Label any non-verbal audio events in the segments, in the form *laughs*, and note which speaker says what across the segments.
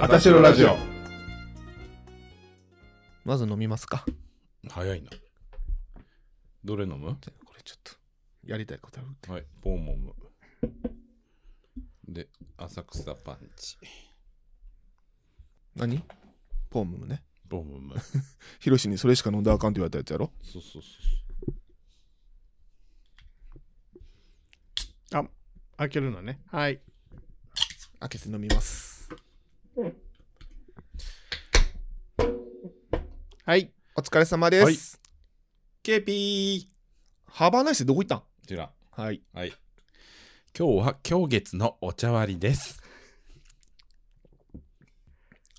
Speaker 1: あたしろラジオ。
Speaker 2: まず飲みますか。
Speaker 1: 早いな。どれ飲む
Speaker 2: じゃあこれちょっと、やりたいことあるって。
Speaker 1: はい、ポーモム。で、浅草パンチ。
Speaker 2: 何ポームムね。
Speaker 1: ポーモム。
Speaker 2: *laughs* ヒロシにそれしか飲んだらあかんって言われたやつやろ
Speaker 1: そうそうそう。
Speaker 3: 開けるのね。はい。
Speaker 2: 開けて飲みます。
Speaker 3: はい。
Speaker 2: お疲れ様です。
Speaker 1: ケーピ
Speaker 2: ハーバーナイスでどこ行ったん
Speaker 1: ーこちら。
Speaker 2: はい。
Speaker 1: はい。今日は、今月のお茶割りです。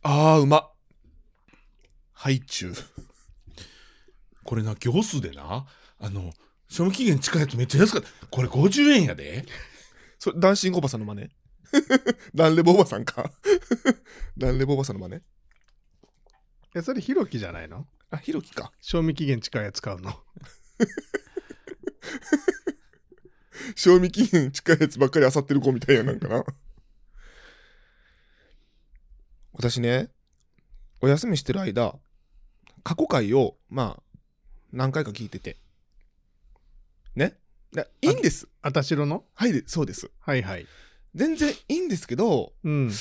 Speaker 2: あー、うま。ハイチュウ。
Speaker 1: これな、行数でな、あの、賞味期限近いやつめっちゃ安かった。これ50円やで。
Speaker 2: それ、ダンシングおばさんの真似 *laughs* ダンレボおばさんか *laughs* ダンレボおばさんの真似
Speaker 3: え、それ、ひろきじゃないの
Speaker 2: あ、ヒロキか。
Speaker 3: 賞味期限近いやつ買うの。
Speaker 2: 賞味期限近いやつばっかり漁ってる子みたいやなんかな。私ね、お休みしてる間、過去回を、まあ、何回か聞いてて。ねでいいんです。
Speaker 3: あたしろの
Speaker 2: はいで、そうです。
Speaker 3: はいはい。
Speaker 2: 全然いいんですけど、
Speaker 3: うん。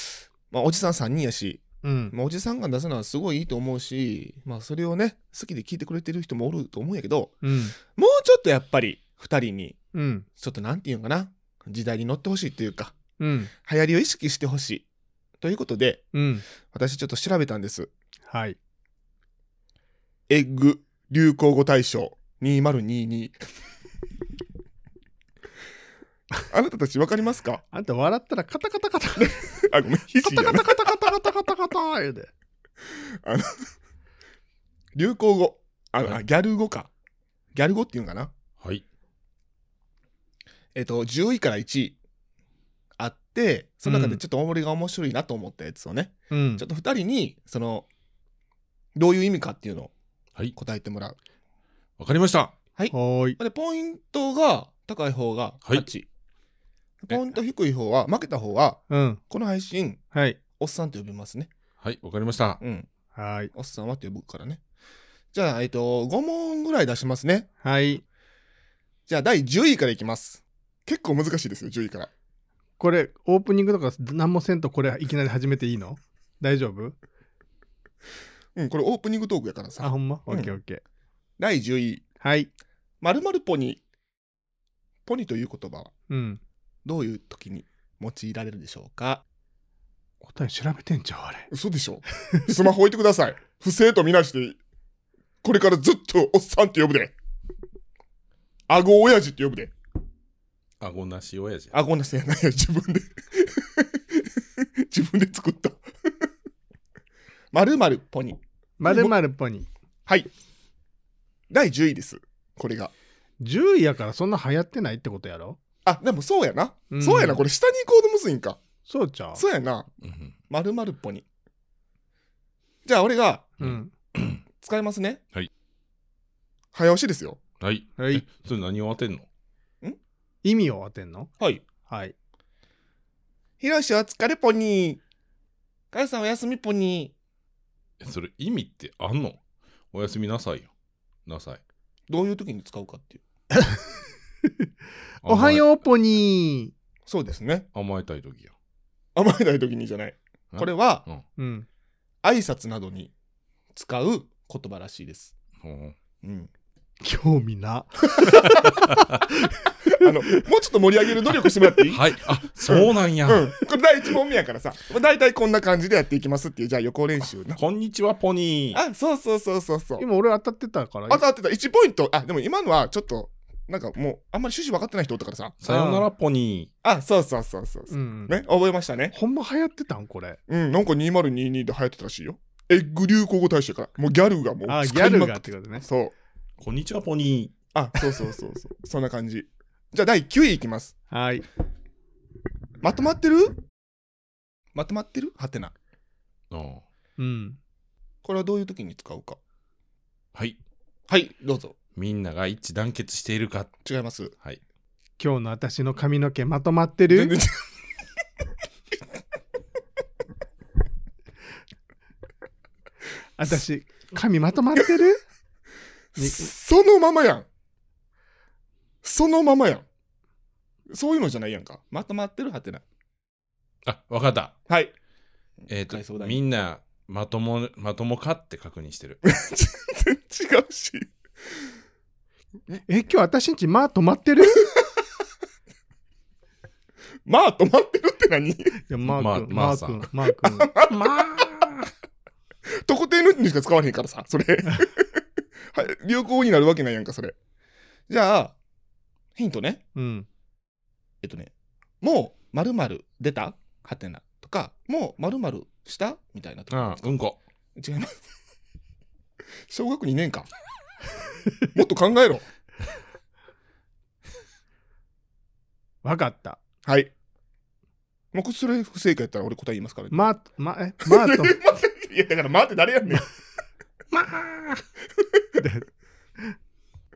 Speaker 2: まあ、おじさん3人やし、
Speaker 3: うん。
Speaker 2: まあ、おじさんが出すのはすごいいいと思うし、まあ、それをね、好きで聞いてくれてる人もおると思うんやけど、
Speaker 3: うん。
Speaker 2: もうちょっとやっぱり、2人に、
Speaker 3: うん。
Speaker 2: ちょっとなんていうのかな、時代に乗ってほしいっていうか、
Speaker 3: うん。
Speaker 2: 流行りを意識してほしい。ということで、
Speaker 3: うん。
Speaker 2: 私ちょっと調べたんです。
Speaker 3: はい。
Speaker 2: エッグ流行語大賞2022。あなたたちわかりますか
Speaker 3: あんた笑ったらカタカタカタ。カ
Speaker 2: あ、ごめん、肘
Speaker 3: タ
Speaker 2: や
Speaker 3: カ
Speaker 2: な
Speaker 3: タ。カタカタカタカタカタ言うで。
Speaker 2: 流行語。あ、あギャル語か。ギャル語っていうのかな。
Speaker 1: はい。
Speaker 2: えっと、10位から1位あって、その中でちょっと俺が面白いなと思ったやつをね、
Speaker 3: うん
Speaker 2: ちょっ。と2人に、その、どういう意味かっていうのを
Speaker 1: はい。
Speaker 2: 答えてもらう。
Speaker 1: わかりました。
Speaker 3: はーい。
Speaker 2: で、ポイントが高い方が
Speaker 1: はい
Speaker 2: 勝ち。ポイント低い方は、負けた方は、
Speaker 3: うん。
Speaker 2: この配信、
Speaker 3: はい。
Speaker 2: おっさんと呼びますね。
Speaker 1: はい、わかりました。
Speaker 2: うん。
Speaker 3: はい。
Speaker 2: おっさんはって呼ぶからね。じゃあ、えっと、5問ぐらい出しますね。
Speaker 3: はい。
Speaker 2: じゃあ、第10位からいきます。結構難しいですよ、10位から。
Speaker 3: これ、オープニングとか何もせんとこれいきなり始めていいの大丈夫
Speaker 2: うん、これオープニングトークやから
Speaker 3: あ、
Speaker 2: さ。
Speaker 3: ほんま
Speaker 2: う
Speaker 3: オ
Speaker 2: ん
Speaker 3: ッケーオッケー。
Speaker 2: 第10位、
Speaker 3: はい。
Speaker 2: まるポニー。ポニーという言葉は、
Speaker 3: うん。
Speaker 2: どういう時に用いられるでしょうか
Speaker 3: 答え調べてんちゃうあれ。
Speaker 2: 嘘で *laughs* しょスマホ置いてください。不正とみなして、これからずっとおっさんって呼ぶで。顎親父って呼ぶで。
Speaker 1: あごなし親父。
Speaker 2: 顎なせやないや、自分で。 *laughs* 自分で作った。まるまるポニー。
Speaker 3: まるまるポニー。
Speaker 2: はい。第10位です。これが。
Speaker 3: 10位やからそんな流行ってないってことやろ
Speaker 2: あ、でもそうやな。
Speaker 3: うん
Speaker 2: そうやな。これ下に行こうとむずいんか。
Speaker 3: そうちゃう
Speaker 2: そうやな。
Speaker 1: うん。
Speaker 2: まるまるポニー。じゃあ俺が
Speaker 3: うん。
Speaker 2: 使いますね。
Speaker 1: はい。
Speaker 2: 早押しですよ。
Speaker 1: はい。
Speaker 3: はい
Speaker 1: え。それ何を当てんの
Speaker 3: 意味を当てんの
Speaker 2: はい。
Speaker 3: はい。
Speaker 2: ひろしお疲れポニー。かよさんおやすみポニ
Speaker 1: えそれ意味ってあんのおやすみなさいよ。なさい。
Speaker 2: ー。どういう時に使うかっていう。
Speaker 3: おはようポニ
Speaker 2: そうですね。
Speaker 1: う。甘えたい時や。
Speaker 2: 甘えない時にじゃない。
Speaker 1: え
Speaker 2: これは
Speaker 1: うん。
Speaker 3: ー。うん。
Speaker 2: 挨拶などに使う言葉らしいです。
Speaker 1: うん
Speaker 2: *laughs* うん。
Speaker 3: 興味な。
Speaker 2: あの、もうちょっと盛り上げる努力してもらっていい
Speaker 1: はい。あ、そうなんや。
Speaker 2: うん。これ第1問目やからさ。まあ大体こんな感じでやっていきますっていう、じゃあ予行練習な。
Speaker 1: こんにちは、ポニー。
Speaker 2: あ、そうそうそうそうそう。
Speaker 3: 今俺当たってたから。
Speaker 2: 当たってた。1ポイント。あ、でも今のはちょっと、なんかもう、あんまり趣旨分かってない人おったからさ。
Speaker 1: さよなら、ポニ
Speaker 2: あ、そうそうそうそうそうう、
Speaker 3: ん。
Speaker 2: ね、覚えましたね。
Speaker 3: ほんま流行ってたんこれ。
Speaker 2: うん、なんか2022で流行ってたらしいよ。エッグ流行語大賞やから。もうギャルがも
Speaker 3: あ
Speaker 2: う
Speaker 3: ー、ギ
Speaker 2: 使
Speaker 3: ャ
Speaker 2: いま
Speaker 3: ル
Speaker 2: く
Speaker 3: が
Speaker 2: っ
Speaker 3: ってことね。
Speaker 2: そう。
Speaker 1: ー。こんにちは、ポニ
Speaker 2: あ、そうそうそうそう。 *laughs* そんな感じ。じゃあ第9位いきます。
Speaker 3: はい。
Speaker 2: まとまってるまとまってるはてな。
Speaker 1: ー。う
Speaker 3: う
Speaker 1: ん
Speaker 3: ん。
Speaker 2: これはどういう時に使うか。
Speaker 1: はい。
Speaker 2: はい、どうぞ。
Speaker 1: みんなが一致団結しているか。
Speaker 2: 違います。
Speaker 1: はい。
Speaker 3: 今日の私の髪の毛まとまって
Speaker 2: 全
Speaker 3: る
Speaker 2: 然違う。
Speaker 3: 私、髪まとまってる *laughs* に
Speaker 2: そのままやん。そのままやん。そういうのじゃないやんか。まとまってるはてな。
Speaker 1: あ、わかった。
Speaker 2: *laughs* はい。
Speaker 1: えっ、
Speaker 2: 回想
Speaker 1: と、
Speaker 2: 台
Speaker 1: みんな、まとも、まともかって確認してる。
Speaker 2: 全然違うし。
Speaker 3: え、今日私んち、まあ止まってるい
Speaker 2: まあ、止まってるって何 *laughs*
Speaker 3: や、マー君、
Speaker 1: ま
Speaker 3: マ
Speaker 1: あまあ
Speaker 3: ー
Speaker 1: さ
Speaker 3: 君、マー君。
Speaker 1: まあ。
Speaker 2: 特定の人にしか使われへんからさ、 *laughs* それ。はい流行になるわけないやんか、それ。じゃあ、ヒントね。
Speaker 3: うん。
Speaker 2: えっとね、もう〇〇出たはてな。とか、もう〇〇したみたいなと
Speaker 1: *laughs*
Speaker 2: か。
Speaker 1: あうんこ。
Speaker 2: 違います。小学2年か。もっと考えろ。
Speaker 3: わかった。
Speaker 2: はい。もうそれ不正解やったら俺答え言いますからね。
Speaker 3: まあ、ま、え、まあと、
Speaker 2: *laughs* いや、だから待って誰やねん。
Speaker 3: まあ *laughs*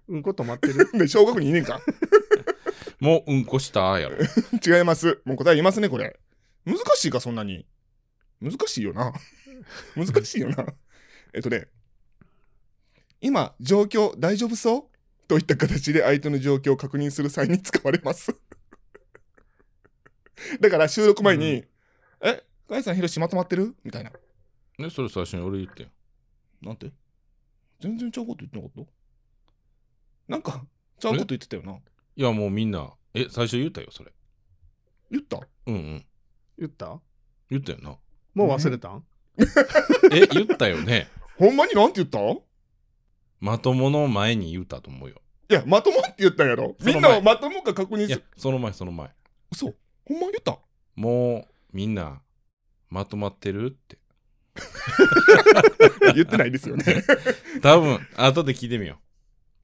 Speaker 3: うんこ止まってる
Speaker 2: *laughs* で小学2年か。
Speaker 1: もううんこした *laughs* やろ。
Speaker 2: 違います。もう答え言いますね、これ。難しいか、そんなに。難しいよな。 *laughs* 難しいよな。 *laughs* えっとね、今、状況大丈夫そうといった形で相手の状況を確認する際に使われます。 *laughs* だから収録前に、え、ガイさん、ヒロシまとまってるみたいな。
Speaker 1: ね、それ最初に俺言ってよ。
Speaker 2: なんて全然ちゃうこと言ってなかったなんか、ちゃうこと言ってたよな。
Speaker 1: いや、もうみんな、え、最初言ったよ、それ。
Speaker 2: 言った
Speaker 1: うんうん。
Speaker 3: 言った
Speaker 1: 言ったよ *laughs* な。
Speaker 3: もう忘れたん
Speaker 1: え、言ったよね。
Speaker 2: ほんまになんて言った
Speaker 1: まともの前に言ったと思うよ。
Speaker 2: いや、まともって言ったんやろ。
Speaker 1: その
Speaker 2: み
Speaker 1: 前
Speaker 2: んなはまともか確認
Speaker 1: い
Speaker 2: す
Speaker 1: や
Speaker 2: る。、
Speaker 1: その前、その前。
Speaker 2: 嘘ほんま言った
Speaker 1: もう、みんな、まとまってるって。
Speaker 2: いや *laughs* 言ってないですよね。
Speaker 1: 多分、後で聞いてみよう。
Speaker 2: *laughs*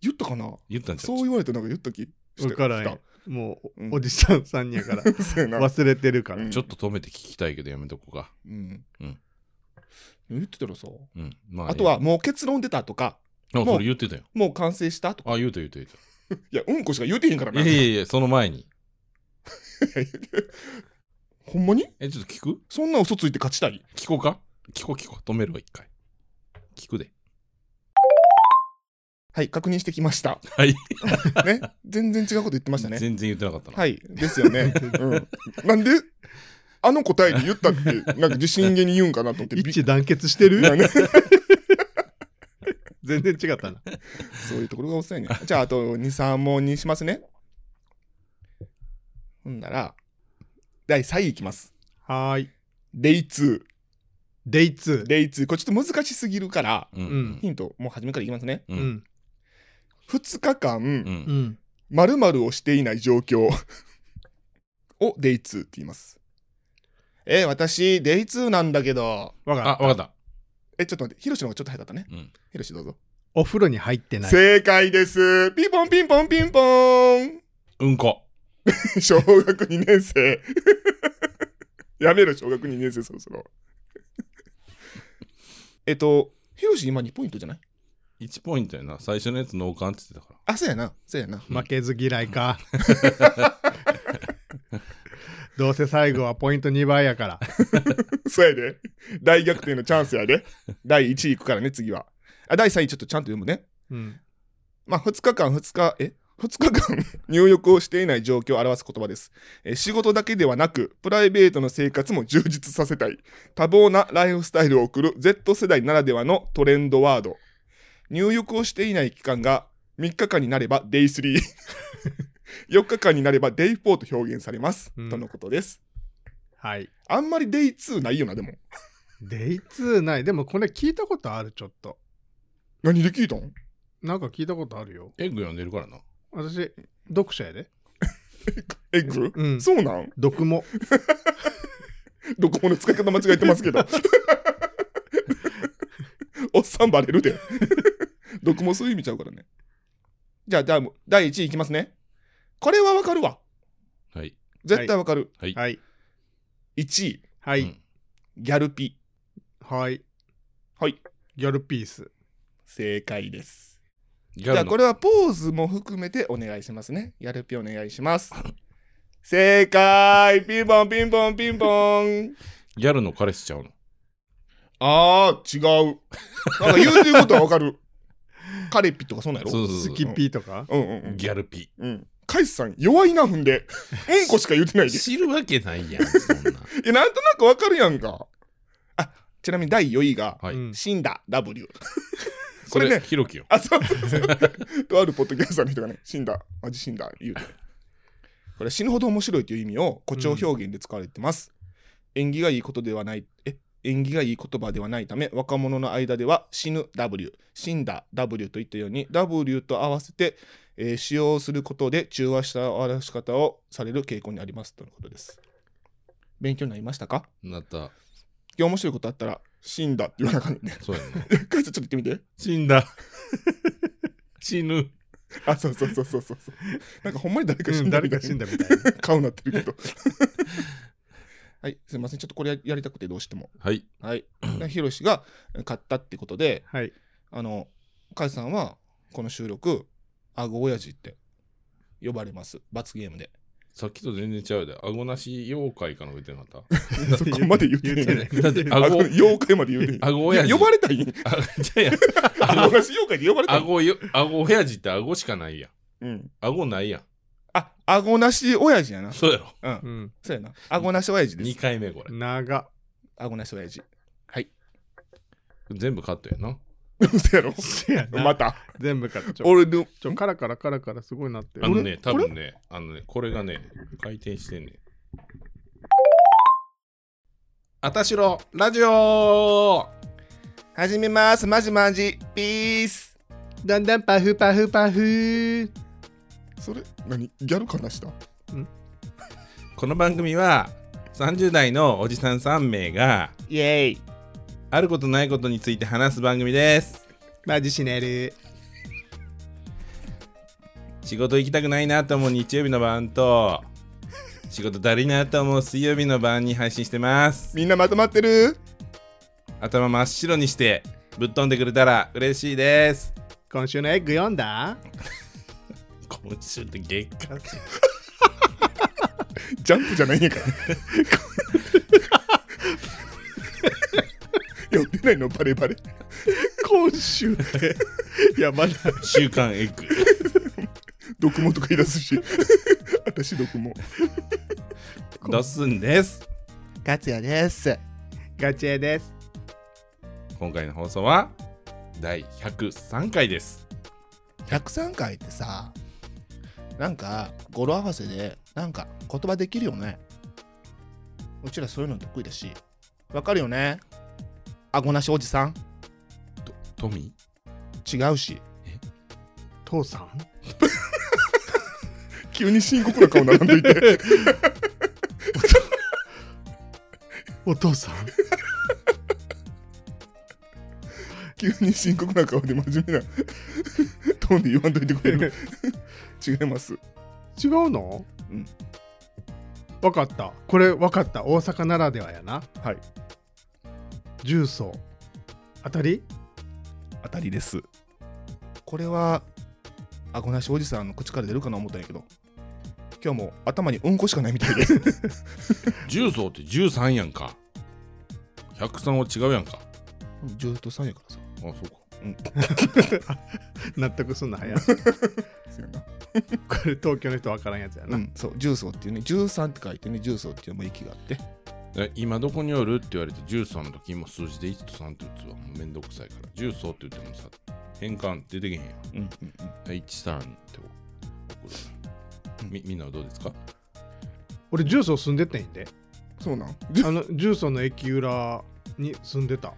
Speaker 2: 言ったかな
Speaker 1: 言ったんちゃ
Speaker 2: *laughs* そうう言われてなんか言った気
Speaker 3: わからへん
Speaker 2: し。
Speaker 3: もう
Speaker 2: う、ん
Speaker 3: おじさんさんやから、
Speaker 2: た *laughs* そうやな。
Speaker 3: 忘れてるから
Speaker 2: う。ん
Speaker 1: ちょっと止めて聞きたいけどやめとこうか。
Speaker 2: うん。
Speaker 1: うん
Speaker 2: 言ってたらさ。
Speaker 1: うん。まあ、
Speaker 2: あとは、もう結論出たとか、
Speaker 1: ええ、あ
Speaker 2: もう
Speaker 1: それ言ってたよ。
Speaker 2: もう完成したとか。
Speaker 1: あ、言うた言うた言うた。
Speaker 2: いや、うんこしか言うてへんからな。
Speaker 1: いやいやいや、その前に。
Speaker 2: ほんまに
Speaker 1: え、ちょっと聞く
Speaker 2: そんな嘘ついて勝ちたい
Speaker 1: 聞こうか聞こう聞こう。止めるわ、一回。聞くで。
Speaker 2: はい、確認してきました。
Speaker 1: はい。
Speaker 2: *laughs* ね。全然違うこと言ってましたね。
Speaker 1: 全然言ってなかったな。
Speaker 2: はい。ですよ
Speaker 1: *laughs*
Speaker 2: ね。うん。なんで、あの答えに言ったって、なんか自信げに言うんかなと思
Speaker 1: *laughs*
Speaker 2: って。びっ
Speaker 3: 一致団結してる
Speaker 2: いやね
Speaker 3: 全然違ったな。
Speaker 2: そういうところがおっさんやねん。じゃあ、あと2、3問にしますね。ほんなら、第3位いきます。
Speaker 3: はーい。
Speaker 2: デイ2。
Speaker 3: デイツー。
Speaker 2: デイ2。これちょっと難しすぎるから、
Speaker 1: うん
Speaker 3: うん
Speaker 2: ヒント、もう初めからいきますね。
Speaker 1: う。
Speaker 3: うんん。
Speaker 2: 2日
Speaker 1: う
Speaker 2: 間、
Speaker 1: ん
Speaker 3: う。ん。
Speaker 2: 〇〇をしていない状況をデイ2って言います。えー私、デイ2なんだけど、
Speaker 3: わか
Speaker 1: あ、
Speaker 3: った。
Speaker 1: わかっ
Speaker 2: え、ちょっと待って、ヒロシの方がちょっと早かったね。
Speaker 1: た。うん。
Speaker 2: ヒロシどうぞ。
Speaker 3: お風呂に入ってない。
Speaker 2: 正解です。ピンポンピンポンピンポーン。 *laughs*
Speaker 1: うんこ。
Speaker 2: 小学2年生 *laughs* やめろ小学2年生そろそ *laughs* ろえっとヒロシ今2ポイントじゃない
Speaker 1: 1ポイントやな。最初のやつ脳幹って言ってたから。
Speaker 2: あそうやなそうやな *laughs*
Speaker 3: 負けず嫌いか。 *laughs* どうせ最後はポイント2倍やから。
Speaker 2: そうやで大逆転のチャンスやで第1位いくからね次はあ第3位ちょっとちゃんと読むね
Speaker 3: うん。
Speaker 2: まあ2日間2日え2日間 *laughs* 入浴をしていない状況を表す言葉です、えー仕事だけではなくプライベートの生活も充実させたい多忙なライフスタイルを送る Z 世代ならではのトレンドワード入浴をしていない期間が3日間になれば *laughs* Day34 日間になれば Day4 と表現されます、
Speaker 3: うん
Speaker 2: とのことです
Speaker 3: はい。
Speaker 2: あんまり Day2 ないよなでも
Speaker 3: デイツーない。でもこれ聞いたことある、ちょっと。
Speaker 2: 何で聞いたん
Speaker 3: なんか聞いたことあるよ。
Speaker 1: エッグ読んでるからな。
Speaker 3: 私、読者やで。
Speaker 2: エッグ、
Speaker 3: うん
Speaker 2: そうなん
Speaker 3: 読も。
Speaker 2: ドコモの使い方間違えてますけ
Speaker 1: *laughs*
Speaker 2: ど。おっさんバレるで。ドコモそういう意味ちゃうからね。じゃあ、第第1位いきますね。これはわかるわ。
Speaker 1: はい。
Speaker 2: 絶対わかる。
Speaker 1: はい。
Speaker 3: はい。
Speaker 2: 1位、
Speaker 3: は
Speaker 1: う
Speaker 3: い。
Speaker 1: ん
Speaker 2: ギャルピ。
Speaker 3: はい。
Speaker 2: はい。
Speaker 3: ギャルピース。
Speaker 2: 正解です。
Speaker 1: ギ
Speaker 2: じ
Speaker 1: ャ
Speaker 2: ゃあ、
Speaker 1: ル
Speaker 2: こ
Speaker 1: の
Speaker 2: れはポーズも含めてお願いしますね。ギャルピお願いします。正解ピンポンピンポンピンポン
Speaker 1: ギャルの彼氏ちゃうの。
Speaker 2: あー、違う。なんか言うてることはわかる。カレピとかそんなんやろ
Speaker 1: そうそうそ
Speaker 3: ス
Speaker 1: う
Speaker 3: キッピーとか
Speaker 2: うんうんうん。
Speaker 1: ギャルピ
Speaker 2: うん。カイスさん、弱いな、踏んで。うんこしか言ってないで。い
Speaker 1: 知るわけないやんそんな
Speaker 2: や、なんとなくわかるやんか。あ、ちなみに第4位が、
Speaker 1: *laughs* はい、
Speaker 3: うん
Speaker 2: 死んだ W。
Speaker 1: こ
Speaker 2: これ
Speaker 1: れ
Speaker 2: ね
Speaker 1: ひろきよ
Speaker 2: あ、そうそうそう。 *laughs* とあるポッドキャスターの人がね、死んだ、マジ死んだ、言うて。これ死ぬほど面白いという意味を誇張表現で使われてます。縁起がいいことではない、え、縁起がいい言葉ではないため、若者の間では死ぬ W、死んだ W といったように、W と合わせて、えー使用することで中和した表し方をされる傾向にありますとのことです。勉強になりましたか
Speaker 1: なった
Speaker 2: 今日面白いことあったら、死んだって言わなあかんねん *laughs* ね。
Speaker 1: そうやな
Speaker 2: カイさんちょっと言ってみて。*laughs*
Speaker 1: 死んだ死ぬ
Speaker 2: あ、そうそうそうそうそうそう。なんかほんまに誰か死
Speaker 3: うんん
Speaker 2: だみ
Speaker 3: 誰
Speaker 2: たい
Speaker 3: か
Speaker 2: な、
Speaker 3: 死んだみたい *laughs* な
Speaker 2: 顔になってるけど。 *laughs* はい、すいません。ちょっとこれややりたくてどうしても。
Speaker 1: はい
Speaker 2: はい。でヒロシが買ったってことで、
Speaker 3: はい
Speaker 2: あの、カイさんはこの収録、あご親父って呼ばれます。罰ゲームで。
Speaker 1: さっきと全然ちゃうで顎なし妖怪かなんか言ってなかっ
Speaker 2: *laughs* そこまで言って
Speaker 3: 言
Speaker 2: な
Speaker 3: っ
Speaker 2: い
Speaker 3: てな
Speaker 2: *laughs*
Speaker 3: い
Speaker 1: だってあ
Speaker 2: あ
Speaker 1: *laughs* 顎
Speaker 2: ご妖怪まで言うてん
Speaker 1: た顎親
Speaker 2: い
Speaker 1: 父
Speaker 2: や呼ばれたいん
Speaker 1: あじゃあや
Speaker 2: あごがし妖怪で呼ばれたいん
Speaker 1: 顎よ顎親父って顎しかないやん
Speaker 2: うん。
Speaker 1: 顎ないやん
Speaker 2: あ、あごなし親父やな。
Speaker 1: そうやろ
Speaker 2: うん
Speaker 3: う。ん
Speaker 2: そうやな。あごなし親父で
Speaker 1: 2
Speaker 2: す。
Speaker 1: 回目これ
Speaker 3: 長っ
Speaker 2: あごなし親 *laughs* 父。
Speaker 1: 全部カットやな
Speaker 2: そうやろ。
Speaker 3: せやな
Speaker 2: また。
Speaker 3: 全部からちょ
Speaker 2: 俺の
Speaker 3: ちょカラカラカラカラすごいなってる
Speaker 1: あのね
Speaker 2: こ
Speaker 1: 多
Speaker 2: れ
Speaker 1: 分ねあのねこれがね回転してんねあたしろラジオ
Speaker 2: 始めます。まじまじ。ピース。
Speaker 3: だんだんパフパフパフー
Speaker 2: それ、何ギャルかなした
Speaker 1: この番組は30代のおじさん3名が
Speaker 2: イエーイ。
Speaker 1: あることないことについて話す番組です
Speaker 3: マジシネル
Speaker 1: 仕事行きたくないなと思う日曜日の晩と仕事だるいなと思う水曜日の晩に配信してます
Speaker 2: みんなまとまってる
Speaker 1: 頭真っ白にしてぶっ飛んでくれたら嬉しいです
Speaker 3: 今週のエッグ読んだ
Speaker 1: 今週って月間
Speaker 2: ジャンプじゃないんやから。 *laughs* 読んでないのバレバレ。
Speaker 3: 今週っていやまだ
Speaker 1: 週刊エッグ
Speaker 2: 毒もとか言い出すし。 *laughs* 私毒も。
Speaker 1: ドスンです
Speaker 2: ガツヤです。
Speaker 3: ガチエです
Speaker 1: 今回の放送は第103回です
Speaker 2: 103回ってさ、なんか語呂合わせで、なんか言葉できるよね。うちらそういうの得意だし。わかるよね。あごなしおじさん
Speaker 1: トミ
Speaker 2: 違うし。
Speaker 3: 父さん
Speaker 2: 急に深刻な顔並んでいて
Speaker 3: お父さん
Speaker 2: 急に深刻な顔で真面目な *laughs* トーンで言わんといてくれる *laughs* 違います
Speaker 3: 違うの
Speaker 2: うん
Speaker 3: わかったこれわかった大阪ならではやな
Speaker 2: はい
Speaker 3: 重曹当たり
Speaker 2: 当たりですこれはあごなしおじさんの口から出るかな思ったんやけど今日も頭にうんこしかないみたい *laughs* で
Speaker 1: ー重曹って13やんか103は違うやんか
Speaker 2: ずっと3やからさ
Speaker 1: あそうか
Speaker 3: 納得すんの早 *laughs* い
Speaker 2: そうやな
Speaker 3: これ東京の人わからんやつや
Speaker 2: う
Speaker 3: な、
Speaker 2: んそう重曹っていうね13って書いてね重曹っていうのも息があって
Speaker 1: え今どこにおるって言われて重曹の時も数字で1と3って打つわもうめんどくさいから重曹って言ってもさ変換出てけへんやん
Speaker 2: うんうんうん
Speaker 1: 13って送るみみんなはどうですか
Speaker 3: 俺重曹住んでてんで
Speaker 2: そうな
Speaker 3: *laughs*
Speaker 2: ん
Speaker 3: あの重曹の駅裏に住んでた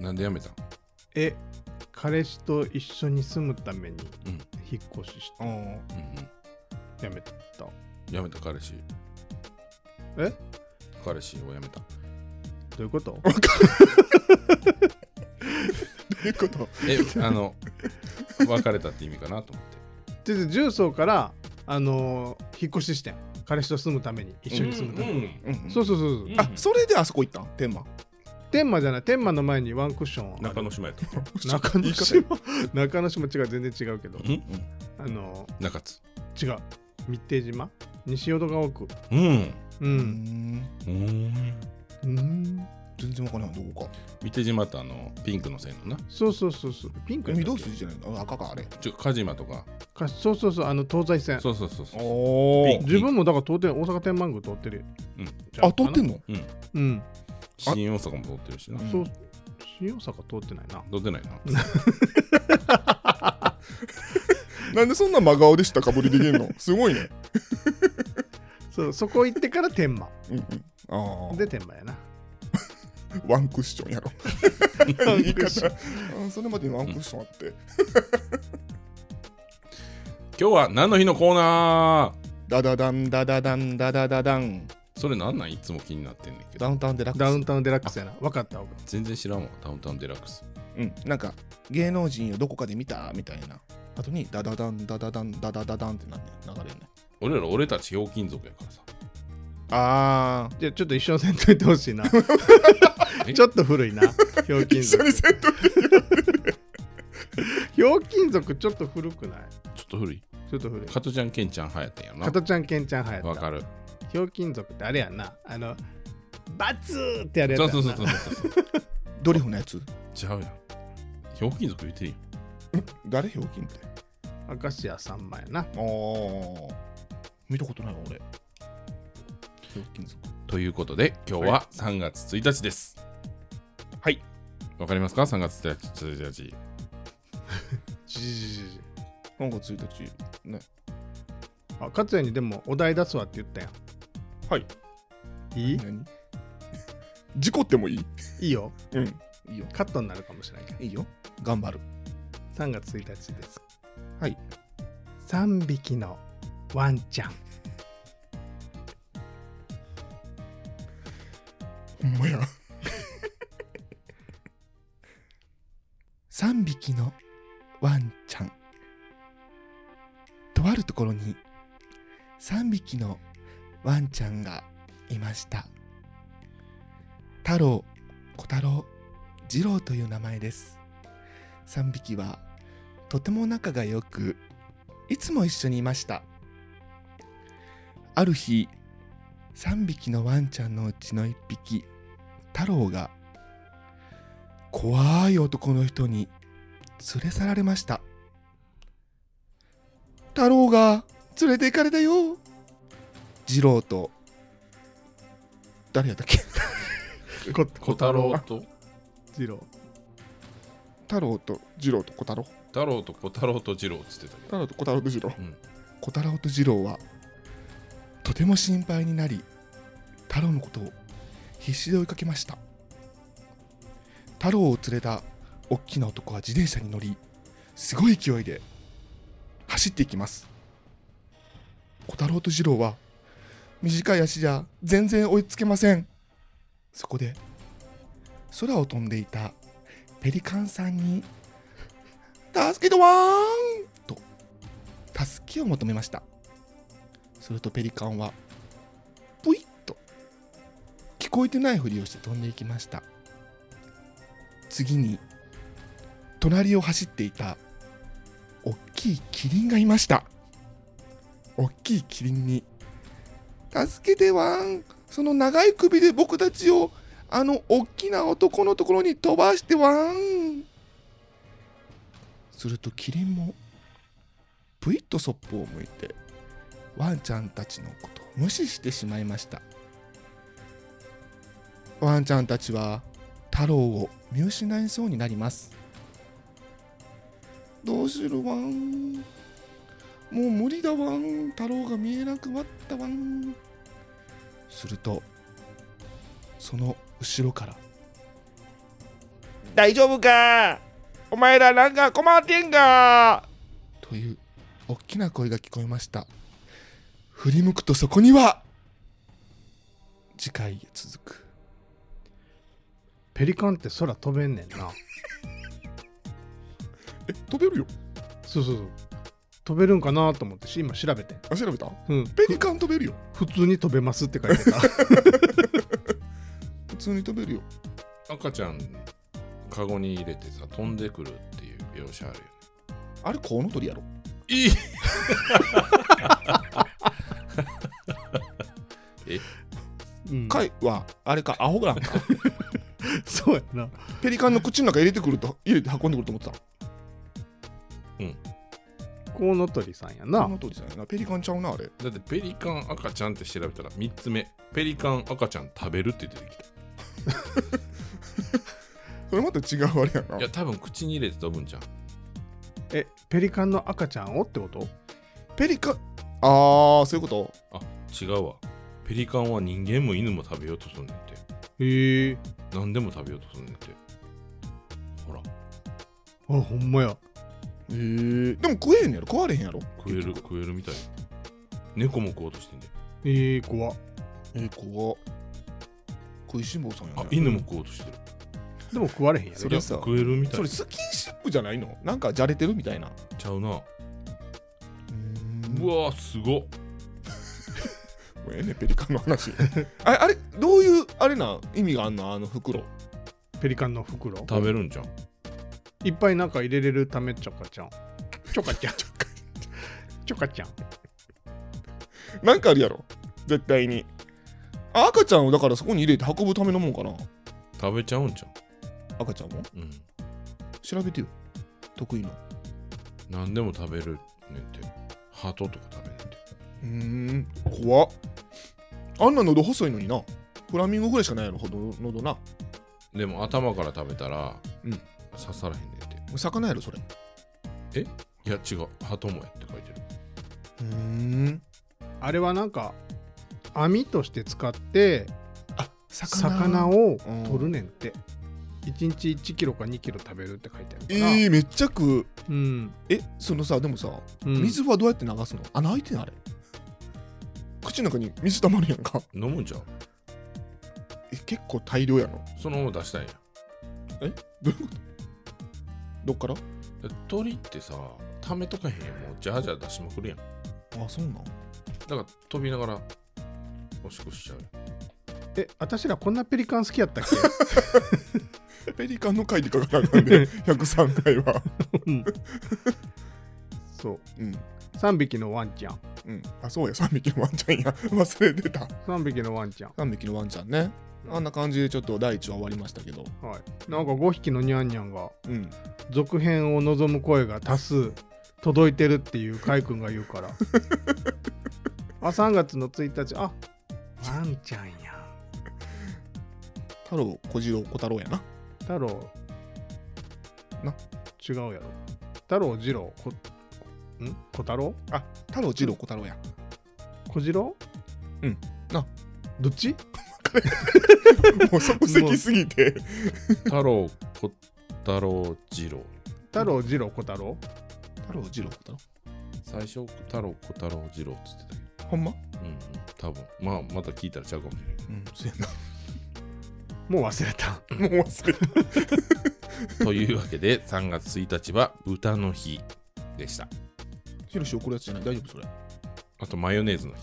Speaker 1: なんでやめたん
Speaker 3: え彼氏と一緒に住むために
Speaker 1: うん
Speaker 3: 引っ越しし
Speaker 2: あー
Speaker 1: うん
Speaker 3: やめた
Speaker 1: うんやめた彼氏
Speaker 3: え
Speaker 1: 彼氏をやめた
Speaker 3: どういうこと
Speaker 2: どういうこと
Speaker 1: えあの *laughs* 別れたって意味かなと思って
Speaker 3: でで重曹からあのー引っ越ししてん彼氏と住むために一緒に住むために、
Speaker 2: うんうん
Speaker 3: そうそうそうそう、
Speaker 1: うん
Speaker 2: あそれであそこ行ったん天満
Speaker 3: 天満じゃない天満の前にワンクッションある
Speaker 1: 中野島やった
Speaker 3: 中野
Speaker 2: 言い
Speaker 3: 島 *laughs* 中野島違う全然違うけど
Speaker 1: うん
Speaker 3: あの
Speaker 1: 中津
Speaker 3: 違う密偵島西淀川区
Speaker 1: うん
Speaker 3: う
Speaker 2: うんん
Speaker 1: うん
Speaker 3: うん
Speaker 2: 全然わからない。どこか。
Speaker 1: 見てしまったあのピンクの線のな
Speaker 3: そうそうそうそう。ピンクやったっ
Speaker 2: 緑
Speaker 3: け
Speaker 2: 筋じゃないのあ赤か、あれ。
Speaker 1: ちょカジマとか
Speaker 3: かそうそうそう、あの東西線。
Speaker 1: そうそうそうそう
Speaker 2: お
Speaker 1: ピンク
Speaker 3: 自分もだから通ってる大阪天満宮通ってる。
Speaker 1: うん
Speaker 3: じゃ
Speaker 2: あ、通ってん
Speaker 3: の
Speaker 2: の
Speaker 3: うん。
Speaker 1: 新大阪も通ってるしな
Speaker 2: うん
Speaker 3: そう。新大阪通ってないな。
Speaker 1: 通ってないな
Speaker 2: なんでそんな真顔でしたかぶりでき *laughs* るのすごいね。
Speaker 3: そうそこ行ってから天満。
Speaker 2: うんうん、ああ。
Speaker 3: で天満やな。
Speaker 2: ワンクッションやろ。言い方。あそれまでにワンクッションあって。
Speaker 1: 今日は何の日のコーナ
Speaker 2: ダダダンダダダンダダダダン。
Speaker 1: ーそれなんなんいつも気になってんねんけ
Speaker 2: ダ
Speaker 1: ど
Speaker 2: ウンタウンデラックス。
Speaker 3: ダウンタウンデラックスやな。わかった。わかっ
Speaker 1: 全然知らんわダウンタウンデラックス
Speaker 2: うん、なんか芸能人をどこかで見たみたいな後にダダダンダダダンダダダダンってなんね流れるね
Speaker 1: 俺ら俺たちひょうきん族やからさ
Speaker 2: あ
Speaker 3: たじゃあちょっと一緒にせんといてほしい
Speaker 2: *laughs*
Speaker 3: な。ちょっと古いな。ひょうきん
Speaker 2: 一緒
Speaker 3: 族
Speaker 2: に。せんと
Speaker 3: ひょうきん族ちょっと古くない
Speaker 1: ちょっと古い
Speaker 3: ちょっと古い。
Speaker 1: 加トちゃんケンちゃん流行ったんやろ
Speaker 3: 加
Speaker 1: な
Speaker 3: トちゃん、ケンちゃん流行った。
Speaker 1: わかる
Speaker 3: ひょうきん族ってあれやんな。あの、バツーってやるやつ
Speaker 1: そ
Speaker 3: や
Speaker 1: うん
Speaker 3: な。
Speaker 1: そうそうそうそう
Speaker 2: ドリフのやつ
Speaker 1: ちゃうやんひょうきん族言ってるよ
Speaker 2: 誰ひょうきんって
Speaker 3: 明石家さんまやな。
Speaker 2: ああ見たことないわ俺ひょうきん族
Speaker 1: ということで今日は3月1日です
Speaker 2: はい
Speaker 1: わかりますか3月1日
Speaker 3: じじじじ。
Speaker 2: なんか1日ね
Speaker 3: あ、勝也にでもお題出すわって言ったやん。
Speaker 2: はい。
Speaker 3: いい
Speaker 2: 何 *laughs* 事故ってもいい
Speaker 3: いいよ。
Speaker 2: うんいいよ
Speaker 3: カットになるかもしれないけど。
Speaker 2: いいよ頑張る
Speaker 3: 3月1日です。
Speaker 2: はい。
Speaker 3: 3匹のワンちゃん。
Speaker 2: ほんまや3匹のワンちゃんとあるところに3匹のワンちゃんがいました太郎小太郎次郎という名前です3匹はとても仲が良くいつも一緒にいましたある日3匹のワンちゃんのうちの1匹太郎が怖い男の人に連れ去られました太郎が連れて行かれたよ次郎と誰やったっけ
Speaker 3: こ
Speaker 1: 小太郎と
Speaker 3: 次郎。
Speaker 2: 太郎と次郎と小太郎
Speaker 1: 太郎と小太郎と次郎っつってたけど
Speaker 2: 太郎と小太郎と次郎
Speaker 1: うん
Speaker 2: 小太郎と次郎はとても心配になり太郎のことを必死で追いかけました太郎を連れた大きな男は自転車に乗りすごい勢いで走っていきます小太郎と次郎は短い足じゃ全然追いつけませんそこで空を飛んでいたペリカンさんに「助けてわーん!」と助けを求めましたするとペリカンはぷいっと聞こえてないふりをして飛んでいきました次に隣を走っていた大きいキリンがいました大きいキリンに「助けてワンその長い首で僕たちをあの大きな男のところに飛ばしてワン」するとキリンもぷいっとそっぽを向いてワンちゃんたちのことを無視してしまいましたワンちゃんたちは太郎を見失いそうになりますどうするワンもう無理だワン太郎が見えなくなったワンするとその後ろから大丈夫かお前らなんか困ってんかという大きな声が聞こえました振り向くとそこには次回へ続く
Speaker 3: ペリカンって空飛べんねんな。
Speaker 2: え飛べるよ
Speaker 3: そうそうそう。飛べるんかなと思ってし、今調べて。
Speaker 2: あ調べた
Speaker 3: うん。
Speaker 2: ペリカン飛べるよ
Speaker 3: 普通に飛べますって書いてた。
Speaker 2: 普通に飛べるよ
Speaker 1: 赤ちゃんカゴに入れてさ飛んでくるっていう描写あるよね
Speaker 2: あれコウノトリやろ
Speaker 1: いいえ
Speaker 3: うん、
Speaker 2: *laughs* 貝はあれかアホランか
Speaker 3: そうやな。
Speaker 2: ペリカンの口の中入れてくると入れて運んでくると思ってた
Speaker 3: コウノトリさんや
Speaker 2: こ
Speaker 3: な
Speaker 2: の。通りですねペリカンちゃうなあれ
Speaker 1: だってペリカン赤ちゃんって調べたら3つ目ペリカン赤ちゃん食べるって出てきた
Speaker 2: それまた違うあれやない
Speaker 1: や多分口に入れて飛ぶんじゃん
Speaker 3: え、ペリカンの赤ちゃんをってこと
Speaker 2: ペリカンああそういうこと
Speaker 1: あ違うわペリカンは人間も犬も食べようとすんねんて
Speaker 3: へえ。
Speaker 1: 何でも食べようとすんねんてほら
Speaker 3: あ、ほんまや。
Speaker 2: へえでも食えへんやろ食われへんやろ
Speaker 1: 食える食えるみたい猫も食おうとしてんで
Speaker 3: ええ、怖っ
Speaker 2: えー、怖食いしん坊さんやね
Speaker 1: あ犬も食おうとしてる
Speaker 3: でも食われへんや
Speaker 2: そ
Speaker 3: ろ
Speaker 1: い
Speaker 2: れ
Speaker 1: や
Speaker 2: さ
Speaker 1: 食えるみた
Speaker 2: そ
Speaker 1: い
Speaker 2: れスキンシップじゃないのなんかじゃれてるみたいな
Speaker 1: ちゃうな
Speaker 2: う
Speaker 1: う
Speaker 2: わ
Speaker 1: わーすごっ
Speaker 2: もうええねペリカンの話 *laughs* あれあれどういうあれな意味があんのあの袋
Speaker 3: ペリカンの袋。
Speaker 1: 食べるんじゃん
Speaker 3: いっぱいなんか入れれるためちょかちゃん。ちょかちゃん。ちょかちゃん。
Speaker 2: なんかあるやろ絶対にあ赤ちゃんをだからそこに入れて運ぶためのもんかな
Speaker 1: 食べちゃうんじゃ
Speaker 2: 赤ちゃんも
Speaker 1: んうん
Speaker 2: 調べてよ得意の
Speaker 1: 何でも食べるねんて鳩とか食べねんて
Speaker 2: うーん怖っあんな喉細いのになフラミンゴぐらいしかないやろほど喉な
Speaker 1: でも頭から食べたら、
Speaker 2: うん
Speaker 1: 刺さらへんねんて
Speaker 2: 魚やろそれ
Speaker 1: いや違う鳩もやって書いてる
Speaker 2: うーん
Speaker 3: あれはなんか、網として使って、
Speaker 2: あ
Speaker 3: 魚
Speaker 2: 魚
Speaker 3: を取るねんって。1日1キロか2キロ食べるって書いてあるか
Speaker 2: え
Speaker 3: ら。
Speaker 2: ー、めっちゃ食う
Speaker 3: うん。
Speaker 2: えそのさでもさ
Speaker 3: うん
Speaker 2: 水はどうやって流すの穴開いてんあれ口の中に水溜まるやんか
Speaker 1: 飲むんじゃん
Speaker 2: え結構大量や *laughs* の
Speaker 1: そのまま出したいんや
Speaker 2: どういうことどっから
Speaker 1: 鳥ってさ溜めとかへんやんもうジャージャー出しまくるやんだ
Speaker 2: あそうなん
Speaker 1: から飛びながらおしっこしちゃう
Speaker 3: え、私らこんなペリカン好きやったっけ
Speaker 2: ペリカンの回で書かなあかん *laughs* で103回は
Speaker 3: そう
Speaker 2: うん
Speaker 3: 3匹のワンちゃん
Speaker 2: うんあそうや3匹のワンちゃ *laughs* んや忘れてた
Speaker 3: 3匹のワンちゃん
Speaker 2: 3匹のワンちゃんねあんな感じでちょっと第1話終わりましたけど
Speaker 3: はいなんか5匹のニャンニャンが
Speaker 2: うん
Speaker 3: 続編を望む声が多数届いてるっていうカイ君が言うからあ3月の1日あワンちゃんや
Speaker 2: 太郎小次郎小太郎やな
Speaker 3: 太郎
Speaker 2: な
Speaker 3: 違うやろ太郎次郎こん小太郎
Speaker 2: あ太郎次郎小太郎や
Speaker 3: 小次郎
Speaker 2: うんな
Speaker 3: どっち
Speaker 2: もう即席すぎて
Speaker 1: 太郎小太郎次郎
Speaker 3: 太郎次郎小太郎
Speaker 2: 太郎次郎小太郎
Speaker 1: 最初太郎小太郎次郎っつってたけ
Speaker 2: ほんま
Speaker 1: どうんうん多分まあまた聞いたらちゃうかもしれない
Speaker 2: うんそうやな
Speaker 3: *laughs* もう忘れた
Speaker 2: もう忘れた。
Speaker 1: というわけで3月1日は豚の日でした
Speaker 2: ヒロシ怒るやつじゃない大丈夫それ。あ、
Speaker 1: あとマヨネーズの日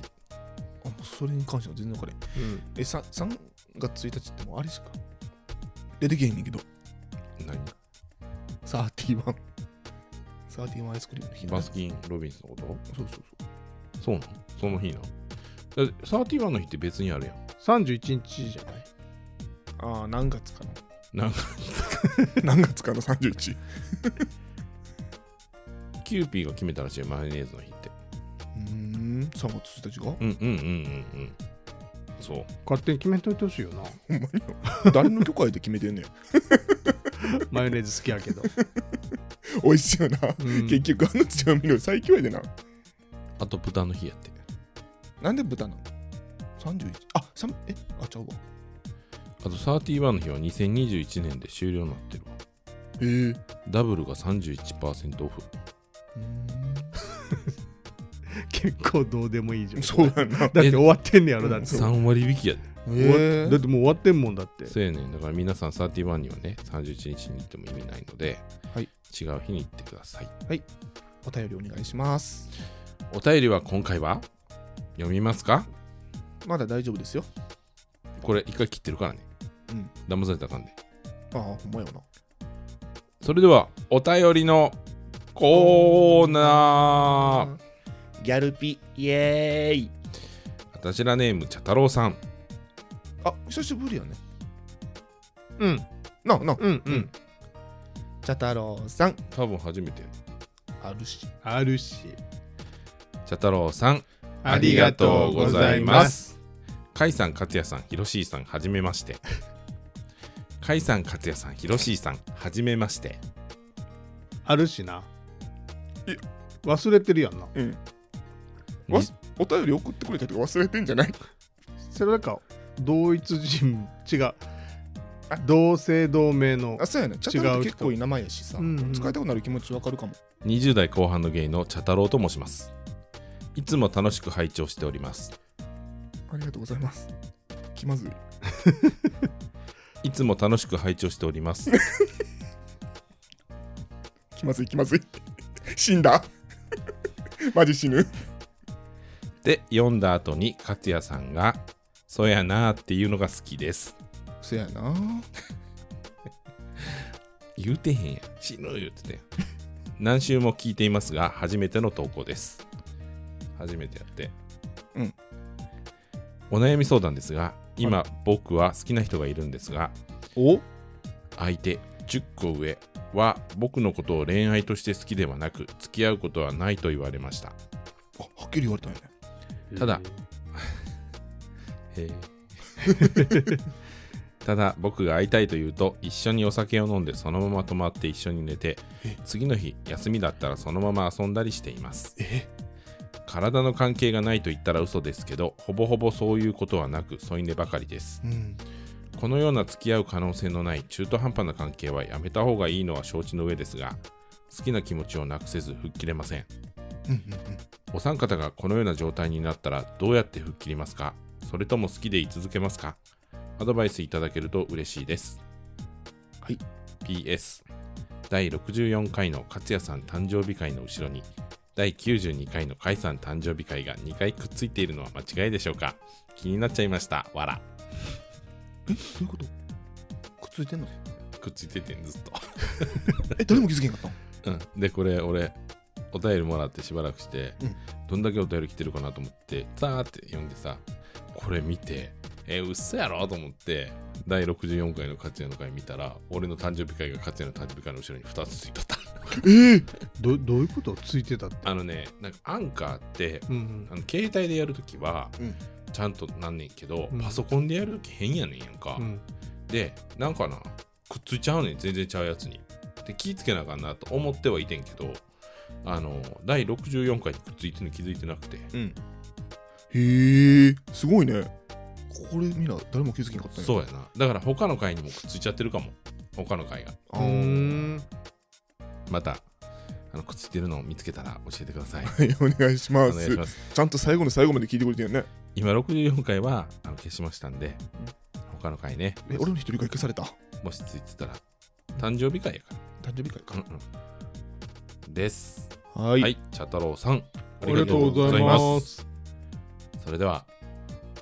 Speaker 2: もうそれに関しては全然わかれん。
Speaker 3: うん
Speaker 2: え、さ 3, 月1日ってもうあれしか出てけへんねんけど。
Speaker 1: 何
Speaker 2: サーティワン。サーティワンアイスクリームの日な
Speaker 1: バスキン・ロビンスのこと
Speaker 2: そうそうそ。
Speaker 1: そうなのその日なのだってサーティワンの日って別にあるやん
Speaker 3: 31日じゃないう
Speaker 2: ああ、何月かな。
Speaker 1: なんか
Speaker 2: *laughs* 何月かな、31。
Speaker 1: キューピーが決めたらしいよマヨネーズの日って
Speaker 2: うーん、3月1日が
Speaker 1: うんうんうんうんうんそう
Speaker 3: 勝手に決めといてほしいよ *laughs* な
Speaker 2: ほんまに *laughs* 誰の許可で決めてんねん。 *laughs*
Speaker 3: マヨネーズ好きや *laughs* けど、
Speaker 2: 美味しいよな。
Speaker 3: うん
Speaker 2: 結局、あの強みの最強やでな。
Speaker 1: あと豚の日やって
Speaker 2: なんで豚なの ?31。あ、三え、あ、ちゃうわ。
Speaker 1: あとサーティワンの日は2021年で終了になってるわ
Speaker 2: へえ。う
Speaker 1: ダブルが31%オフ
Speaker 3: 結構どうでもいいじゃ
Speaker 2: ーん
Speaker 3: ん
Speaker 2: *laughs* そうやな。
Speaker 3: だって終わってんねやろだって
Speaker 2: そう
Speaker 1: 3割引きやで
Speaker 2: へ
Speaker 3: だってもう終わってんもんだって
Speaker 1: そうやねんだから皆さんサーティワンにはね31日に行っても意味ないので、
Speaker 2: はい
Speaker 1: 違う日に行ってください
Speaker 2: お便りお願いします。
Speaker 1: お便りは今回は読みますか
Speaker 2: まだ大丈夫ですよ。
Speaker 1: これ一回切ってるからね
Speaker 2: うん。
Speaker 1: 騙されたらあかんで
Speaker 2: ああ、ほんまやな。
Speaker 1: それではお便りのコーナー
Speaker 2: ギャルピ、イエーイ。
Speaker 1: 私らネーム茶太郎さん
Speaker 2: あ、久しぶりやね。
Speaker 3: ううん
Speaker 2: なあなあ、
Speaker 3: うんうん
Speaker 2: 茶太郎さん、
Speaker 1: 多分初めて。
Speaker 2: あるし。
Speaker 3: あるし
Speaker 1: 茶太郎さん、
Speaker 3: ありがとうございます
Speaker 1: 甲斐さん、勝也さん、ひろしーさん、はじめまして。甲斐さん、勝也さん、ひろしーさん、はじめまして。
Speaker 3: あるしない忘れてるやんな
Speaker 2: うん。
Speaker 1: に
Speaker 2: わすお便り送ってくれたとか忘れてんじゃない
Speaker 3: それか同一人違う
Speaker 2: あ
Speaker 3: 同姓同名の
Speaker 2: *laughs* あ、そうやね。茶太郎って結構いい名前やしさ、
Speaker 3: うんうん
Speaker 2: 使いたくなる気持ちわかるかも。
Speaker 1: 20代後半のゲイの茶太郎と申します。いつも楽しく拝聴しております。
Speaker 2: ありがとうございます。気まずい。
Speaker 1: いつも楽しく拝聴しております。
Speaker 2: 気まずい、気まずい。 *laughs* 死んだ *laughs* マジ死ぬ
Speaker 1: で、読んだ後に勝也さんが、そやなーっていうのが好きです。
Speaker 2: そやな。
Speaker 1: 言うてへんやん。死ぬ言
Speaker 2: *laughs*
Speaker 1: うてて。何週も聞いていますが、初めての投稿です。初めてやって。
Speaker 2: うん。
Speaker 1: お悩み相談ですが、今、僕は好きな人がいるんですが、
Speaker 2: お
Speaker 1: 相手10個上は僕のことを恋愛として好きではなく、付き合うことはないと言われました。
Speaker 2: あはっきり言われたんやね。
Speaker 1: ただ
Speaker 2: *laughs*
Speaker 1: へえただ僕が会いたいと言うと一緒にお酒を飲んでそのまま泊まって一緒に寝て
Speaker 2: え
Speaker 1: 次の日休みだったらそのまま遊んだりしています
Speaker 2: え
Speaker 1: 体の関係がないと言ったら嘘ですけどほぼほぼそういうことはなく添い寝ばかりです
Speaker 2: うん。
Speaker 1: このような付き合う可能性のない中途半端な関係はやめた方がいいのは承知の上ですが好きな気持ちをなくせず吹っ切れません
Speaker 2: うんうんうん。
Speaker 1: お三方がこのような状態になったらどうやって吹っ切りますかそれとも好きでい続けますかアドバイスいただけると嬉しいです。
Speaker 2: はい。
Speaker 1: PS 第64回の勝也さん誕生日会の後ろに第92回の甲斐さん誕生日会が2回くっついているのは間違いでしょうか気になっちゃいました。わら。
Speaker 2: えどういうことくっついてんの
Speaker 1: くっついててんずっと。
Speaker 2: え、誰も気づけんかったの
Speaker 1: うん。で、これ俺、お便りもらってしばらくして、
Speaker 2: うん
Speaker 1: どんだけお便り来てるかなと思って、ザーって読んでさ、これ見て、え、嘘やろと思って、第64回の勝也の回見たら、俺の誕生日会が勝也の誕生日会の後ろに2つついとった。 *laughs*
Speaker 2: ええ
Speaker 3: どどういうことついてたって
Speaker 1: あのね、なんかアンカーって、
Speaker 3: うん
Speaker 1: あの携帯でやるときは、
Speaker 2: うん
Speaker 1: ちゃんとなんねんけど、
Speaker 3: うん
Speaker 1: パソコンでやるとき変やねんやんか。
Speaker 3: うん
Speaker 1: で、なんかな、くっついちゃうねん、全然ちゃうやつに。で、気ぃつけなあかんなと思ってはいてんけど、あの、第64回にくっついてるの気づいてなくて、
Speaker 2: うん。へえ、すごいね。これみんな誰も気づけんかったね。
Speaker 1: そうやな。だから他の回にもくっついちゃってるかも。他の回が。
Speaker 2: あ
Speaker 3: うー
Speaker 2: ー
Speaker 3: ん
Speaker 1: また、あのくっついてるのを見つけたら教えてください。
Speaker 2: はい、お願いし
Speaker 1: お
Speaker 2: ま
Speaker 1: 願いし
Speaker 2: す。
Speaker 1: ます。
Speaker 2: ちゃんと最後の最後まで聞いてくれてるね。
Speaker 1: 今64回はあの消しましたんで、他の回ね、
Speaker 2: え、俺の一人会消された。
Speaker 1: もしついてたら、誕生日会やか
Speaker 2: 誕生日会
Speaker 1: ら。うんです。
Speaker 2: か。は。
Speaker 1: はいい、茶太郎さん、あ
Speaker 3: ありがとうござい
Speaker 1: りがと
Speaker 3: ま
Speaker 1: うござい
Speaker 3: す
Speaker 1: ますそれでは、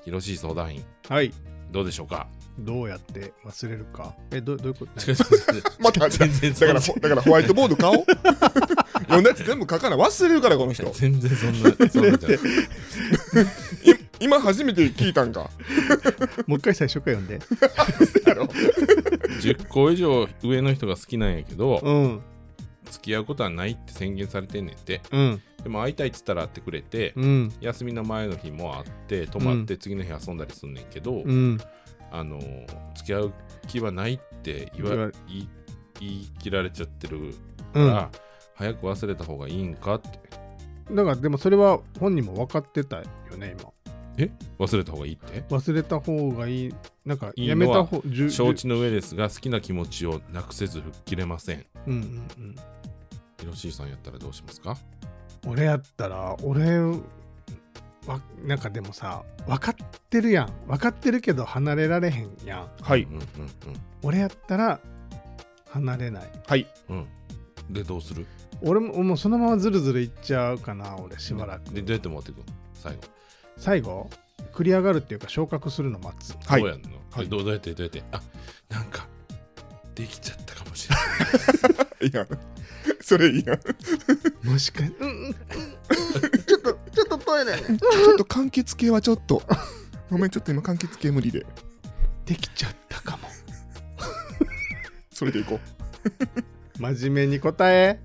Speaker 1: 広しい相談員、
Speaker 3: はい
Speaker 1: どうでしょうか
Speaker 3: どうやって忘れるかえどどういう *laughs* こと
Speaker 1: *laughs* 違う違う違う
Speaker 2: また、だ
Speaker 1: 全然そ
Speaker 2: から、
Speaker 1: んな
Speaker 2: ほだからホワイトボード買 *laughs* おう。読んだやつ全部書かない。忘れるから、この人。
Speaker 1: 全然そんな、そんな *laughs* じゃない。
Speaker 2: い今初めて聞いたんか。
Speaker 3: もう一回最初から読んで
Speaker 2: だろ
Speaker 1: 10個以上上の人が好きなんやけど、
Speaker 3: うん
Speaker 1: 付き合うことはないって宣言されてんねんて
Speaker 3: うん
Speaker 1: でも会いたいって言ったら会ってくれて、
Speaker 3: うん
Speaker 1: 休みの前の日も会って泊まって次の日遊んだりすんねんけど、
Speaker 3: うん
Speaker 1: あの付き合う気はないって言
Speaker 3: 言わ
Speaker 1: わ
Speaker 3: れ
Speaker 1: 言い言い切られちゃってるか
Speaker 3: うん
Speaker 1: ら、早く忘れた方がいいんかって
Speaker 3: だからでもそれは本人も分かってたよね今
Speaker 1: 忘れた方がいいって
Speaker 3: 忘れた方がいいなんか
Speaker 1: いい
Speaker 3: や
Speaker 1: の
Speaker 3: め
Speaker 1: は
Speaker 3: た方じゅ
Speaker 1: 承知の上ですが好きな気持ちをなくせず吹っ切れません
Speaker 3: うんうんうん
Speaker 1: ヒロシーさんやったらどうしますか
Speaker 3: 俺やったら俺わなんかでもさ分かってるやん分かってるけど離れられへんやん
Speaker 2: は
Speaker 1: う
Speaker 2: い
Speaker 1: ん。うん
Speaker 3: 俺やったら離れない
Speaker 2: はい。
Speaker 1: うんうんでどうする
Speaker 3: 俺ももうそのままずるずるいっちゃうかな俺しばらく
Speaker 1: でどうやって持っていくの最後
Speaker 3: 最後繰り上がるっていうか昇格するの待つ
Speaker 2: はい
Speaker 1: どうやんの、
Speaker 2: はい
Speaker 1: えどうどうやってどうやってあなんかできちゃったかもし
Speaker 2: *laughs*
Speaker 1: れない
Speaker 2: いや、それいいや。ち
Speaker 3: もしかうんうん
Speaker 2: ょっとトイレ。ちょっと柑橘系はちょっと。ごめん、ちょっと今柑橘系無理で。
Speaker 3: できちゃったかも
Speaker 2: それでいこ
Speaker 3: *laughs*
Speaker 2: う。
Speaker 3: 真面目に答 *laughs* え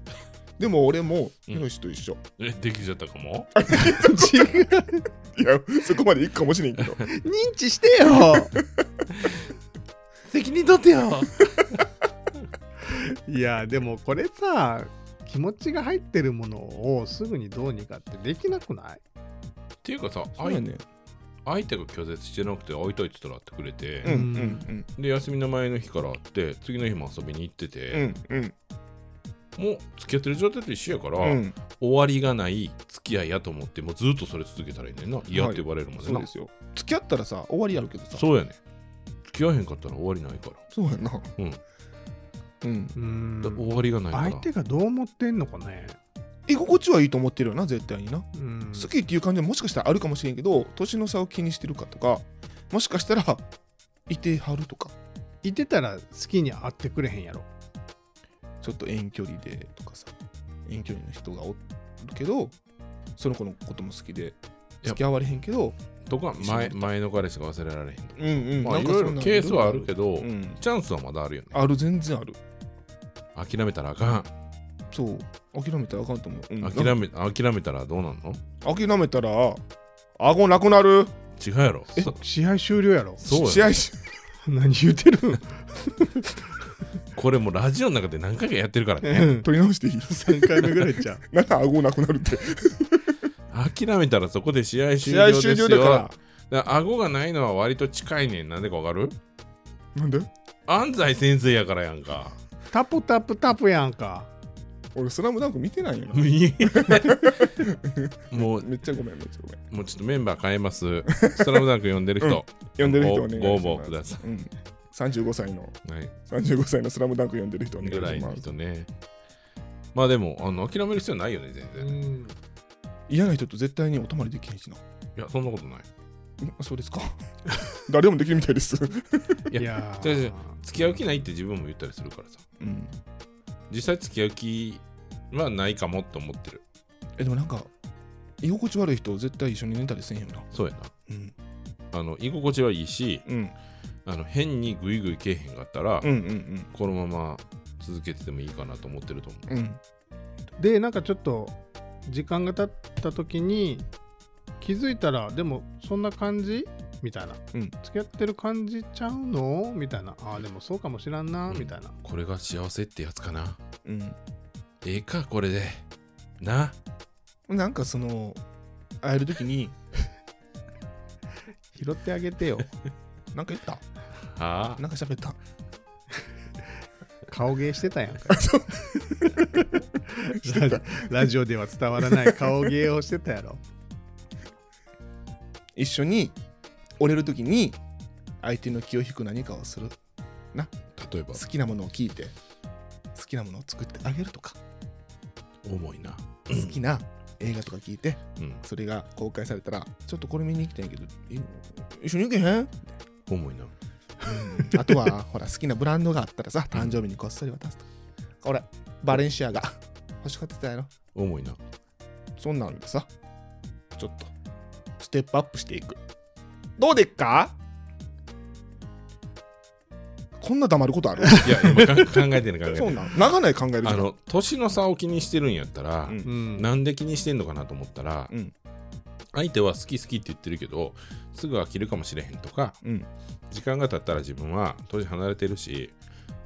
Speaker 2: でも俺も、
Speaker 1: うん
Speaker 2: ヒロシと一緒。
Speaker 1: え、できちゃったかも
Speaker 3: 違う
Speaker 2: いや、そこまでいくかもしれんけど。
Speaker 3: 認知してよ
Speaker 1: *laughs* 責任取ってよ
Speaker 3: *laughs* いやでもこれさ気持ちが入ってるものをすぐにどうにかってできなくない
Speaker 1: っていうかさ、
Speaker 2: そうやね。
Speaker 1: 相手が拒絶してなくて会いたいって言ったら会ってくれて、
Speaker 2: うんうん
Speaker 1: で休みの前の日から会って次の日も遊びに行って
Speaker 2: うん。う
Speaker 1: て、
Speaker 2: んうん
Speaker 1: もう付き合ってる状態と一緒やから、
Speaker 2: うん。
Speaker 1: 終わりがない付き合いやと思ってもうずっとそれ続けたらいいねんな嫌って言われるまで
Speaker 2: そ
Speaker 1: な、
Speaker 2: うですよ。付き合ったらさ、終わりやるけどさ。
Speaker 1: そうやねん付き合えへんかったら終わりないから、
Speaker 2: そうやな。
Speaker 1: うん
Speaker 2: うん。
Speaker 3: う
Speaker 1: だ
Speaker 3: ん
Speaker 1: 終わりがないから
Speaker 3: 相手がどう思ってんのかね
Speaker 2: 居心地はいいと思ってるよな、絶対にな。
Speaker 3: うん
Speaker 2: 好きっていう感じはもしかしたらあるかもしれんけど、年の差を気にしてるかとか、もしかしたら、いてはるとか、
Speaker 3: いてたら好きに会ってくれへんやろ
Speaker 2: ちょっと遠距離でとかさ、遠距離の人がおるけど、その子のことも好きで、付き合われへんけど、
Speaker 1: とか
Speaker 2: 一緒にい
Speaker 1: 前
Speaker 2: ると
Speaker 1: 前の彼氏が忘れられへんとか、
Speaker 2: うんうん
Speaker 1: まあ
Speaker 2: ないんか
Speaker 1: ろい
Speaker 2: そん
Speaker 1: ろ
Speaker 2: なん
Speaker 1: ケースはあるけど、
Speaker 2: うん
Speaker 1: チャンスはまだあるよね
Speaker 2: ある、全然ある。
Speaker 1: 諦めたらあかん
Speaker 2: そう、諦めたらあかんと思う。うん
Speaker 1: 諦め諦めたらどうなんの
Speaker 2: 諦めたら、顎なくなる。
Speaker 1: 違うやろそ
Speaker 3: 試合終了やろ
Speaker 1: そうや
Speaker 2: 試
Speaker 1: ろ
Speaker 2: 合
Speaker 1: *laughs*
Speaker 2: し、
Speaker 3: 何言うてるん
Speaker 1: これもうラジオの中で何回かやってるからね
Speaker 3: うん
Speaker 2: 取り直していい
Speaker 3: 3回目ぐらいじゃん
Speaker 2: *laughs* なんか顎なくなるって。
Speaker 1: 諦めたらそこで試合終
Speaker 2: 試
Speaker 1: 了
Speaker 2: 合
Speaker 1: ですよ
Speaker 2: 終了だから。
Speaker 1: だから顎がないのは割と近いねんなんでかわかる
Speaker 2: なんで
Speaker 1: 安西先生やからやんか
Speaker 3: *laughs* タプタプタプやんか
Speaker 2: 俺、スラムダンク見てないよな。
Speaker 1: もう
Speaker 2: めっちゃごめん、めっちゃごめん。
Speaker 1: もうちょっとメンバー変えますスラムダンク読んでる人、
Speaker 2: 読んでる人お願いします。
Speaker 1: ご応募くださ
Speaker 2: うん、35歳の、
Speaker 1: はい、
Speaker 2: 35歳のスラムダンク読んでる人お願い
Speaker 1: ぐらい
Speaker 2: しま
Speaker 1: の
Speaker 2: す。
Speaker 1: 人ねまあでもあの諦める必要ないよね全然い
Speaker 2: 嫌な人と絶対にお泊まりできへんしな。
Speaker 1: やそんなことない
Speaker 2: うんそうですか。 *laughs* 誰でもできるみたいです。
Speaker 1: いや
Speaker 3: や
Speaker 1: 違う違う付き合う気ないって自分も言ったりするからさ
Speaker 2: うん、
Speaker 1: 実際付き合う気はないかもと思ってる
Speaker 2: え、でもなんか、居心地悪い人絶対一緒に寝たりせんよな。
Speaker 1: そうや
Speaker 2: うん。
Speaker 1: なあの居心地はいいし
Speaker 2: うん。
Speaker 1: あの変にグイグイけえへんかったら、
Speaker 2: うんうん
Speaker 1: このまま続けててもいいかなと思ってると思
Speaker 2: うん。うん。
Speaker 3: でなんかちょっと時間が経った時に気づいたらでもそんな感じみたいな、
Speaker 2: うん
Speaker 3: 付き合ってる感じちゃうのみたいなああでもそうかもしらんな、
Speaker 1: うん
Speaker 3: みたいな
Speaker 1: うこれが幸せってやつかな
Speaker 2: うん
Speaker 1: ええかこれでな
Speaker 2: なんかその会える時に
Speaker 3: 拾ってあげて
Speaker 1: *laughs*
Speaker 3: よ
Speaker 2: なんか言った
Speaker 1: あ
Speaker 2: なんか喋った
Speaker 3: 顔芸してたやん
Speaker 1: *laughs*
Speaker 3: か *laughs* ララジオでは伝わらない顔芸をしてたやろ
Speaker 2: 一緒に折れる時に相手の気を引く何かをする
Speaker 1: 例えば
Speaker 2: 好きなものを聞いて好きなものを作ってあげるとか
Speaker 1: 重いな
Speaker 2: 好きな映画とか聞いて
Speaker 1: うん
Speaker 2: それが公開されたらちょっとこれ見に行きたいんやけどい一緒に行けへ
Speaker 1: *laughs*
Speaker 2: ん
Speaker 1: 重いな
Speaker 2: あとはほら好きなブランドがあったらさ誕生日にこっそり渡すとかほらバレンシアが *laughs* 欲しかってたやろ
Speaker 1: 重いな
Speaker 2: そんなんでさ、ちょっと、ステップアップしていく。どうでっかこんな黙ることあ
Speaker 1: *laughs*
Speaker 2: る
Speaker 1: いや今か考えてる考えて
Speaker 2: そん
Speaker 1: る
Speaker 2: なん。長ない考えるじゃ
Speaker 1: あ
Speaker 2: ん。
Speaker 1: の年の差を気にしてるんやったら、
Speaker 2: うん
Speaker 3: うん
Speaker 1: なんで気にしてんのかなと思ったら、
Speaker 2: うん
Speaker 1: 相手は好き好きって言ってるけどすぐ飽きるかもしれへんとか
Speaker 2: うん。
Speaker 1: 時間が経ったら自分は年離れてるし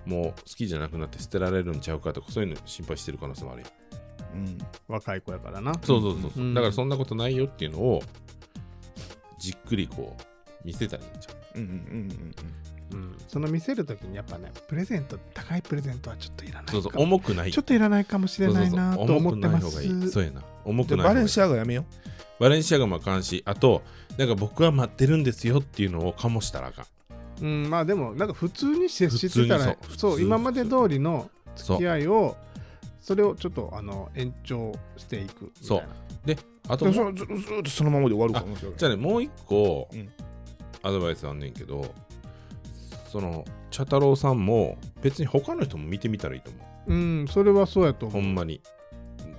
Speaker 1: もう好きじゃなくなって捨てられるんちゃうかとかそういうの心配してる可能性もあるやん
Speaker 2: うん。
Speaker 3: 若い子やからな
Speaker 1: そうそうそうそう、
Speaker 3: うん
Speaker 1: だからそんなことないよっていうのをじっくりこう見せたらいいんちゃ
Speaker 2: うんうんうん
Speaker 3: うんその見せるときにやっぱねプレゼント高いプレゼントはちょっといらないうか
Speaker 1: そうそう重くない
Speaker 3: ちょっといらないかもしれないな
Speaker 1: そ
Speaker 3: と
Speaker 1: うそうそう
Speaker 3: 思ってます
Speaker 1: 重くない方がいいそうやな重
Speaker 2: じ
Speaker 1: く
Speaker 2: ゃ
Speaker 1: な
Speaker 2: あ
Speaker 1: い
Speaker 2: バ
Speaker 1: 方が
Speaker 2: レ
Speaker 1: いい
Speaker 2: ンシアがやめよ
Speaker 1: バレンシアガもあかんしあとなんか僕は待ってるんですよっていうのをかもしたらあかん
Speaker 3: うん、まあでもなんか普通に接してたら
Speaker 1: 普
Speaker 3: そ
Speaker 1: 通にそう
Speaker 3: う
Speaker 1: 普通に
Speaker 3: 今まで通りの
Speaker 1: そ
Speaker 3: 付き
Speaker 1: う
Speaker 3: 合いをそれをちょっとあの延長していくみたいな
Speaker 1: であ
Speaker 2: う。
Speaker 1: と
Speaker 2: でも
Speaker 1: もう
Speaker 2: そのずずーっとそのままで終わるかもしれない。
Speaker 1: じゃあねもう一個、
Speaker 2: うん
Speaker 1: アドバイスあんねんけどその茶太郎さんも別に他の人も見てみたらいいと思う
Speaker 3: うんそれはそうやと思
Speaker 1: ほ
Speaker 3: うん
Speaker 1: まに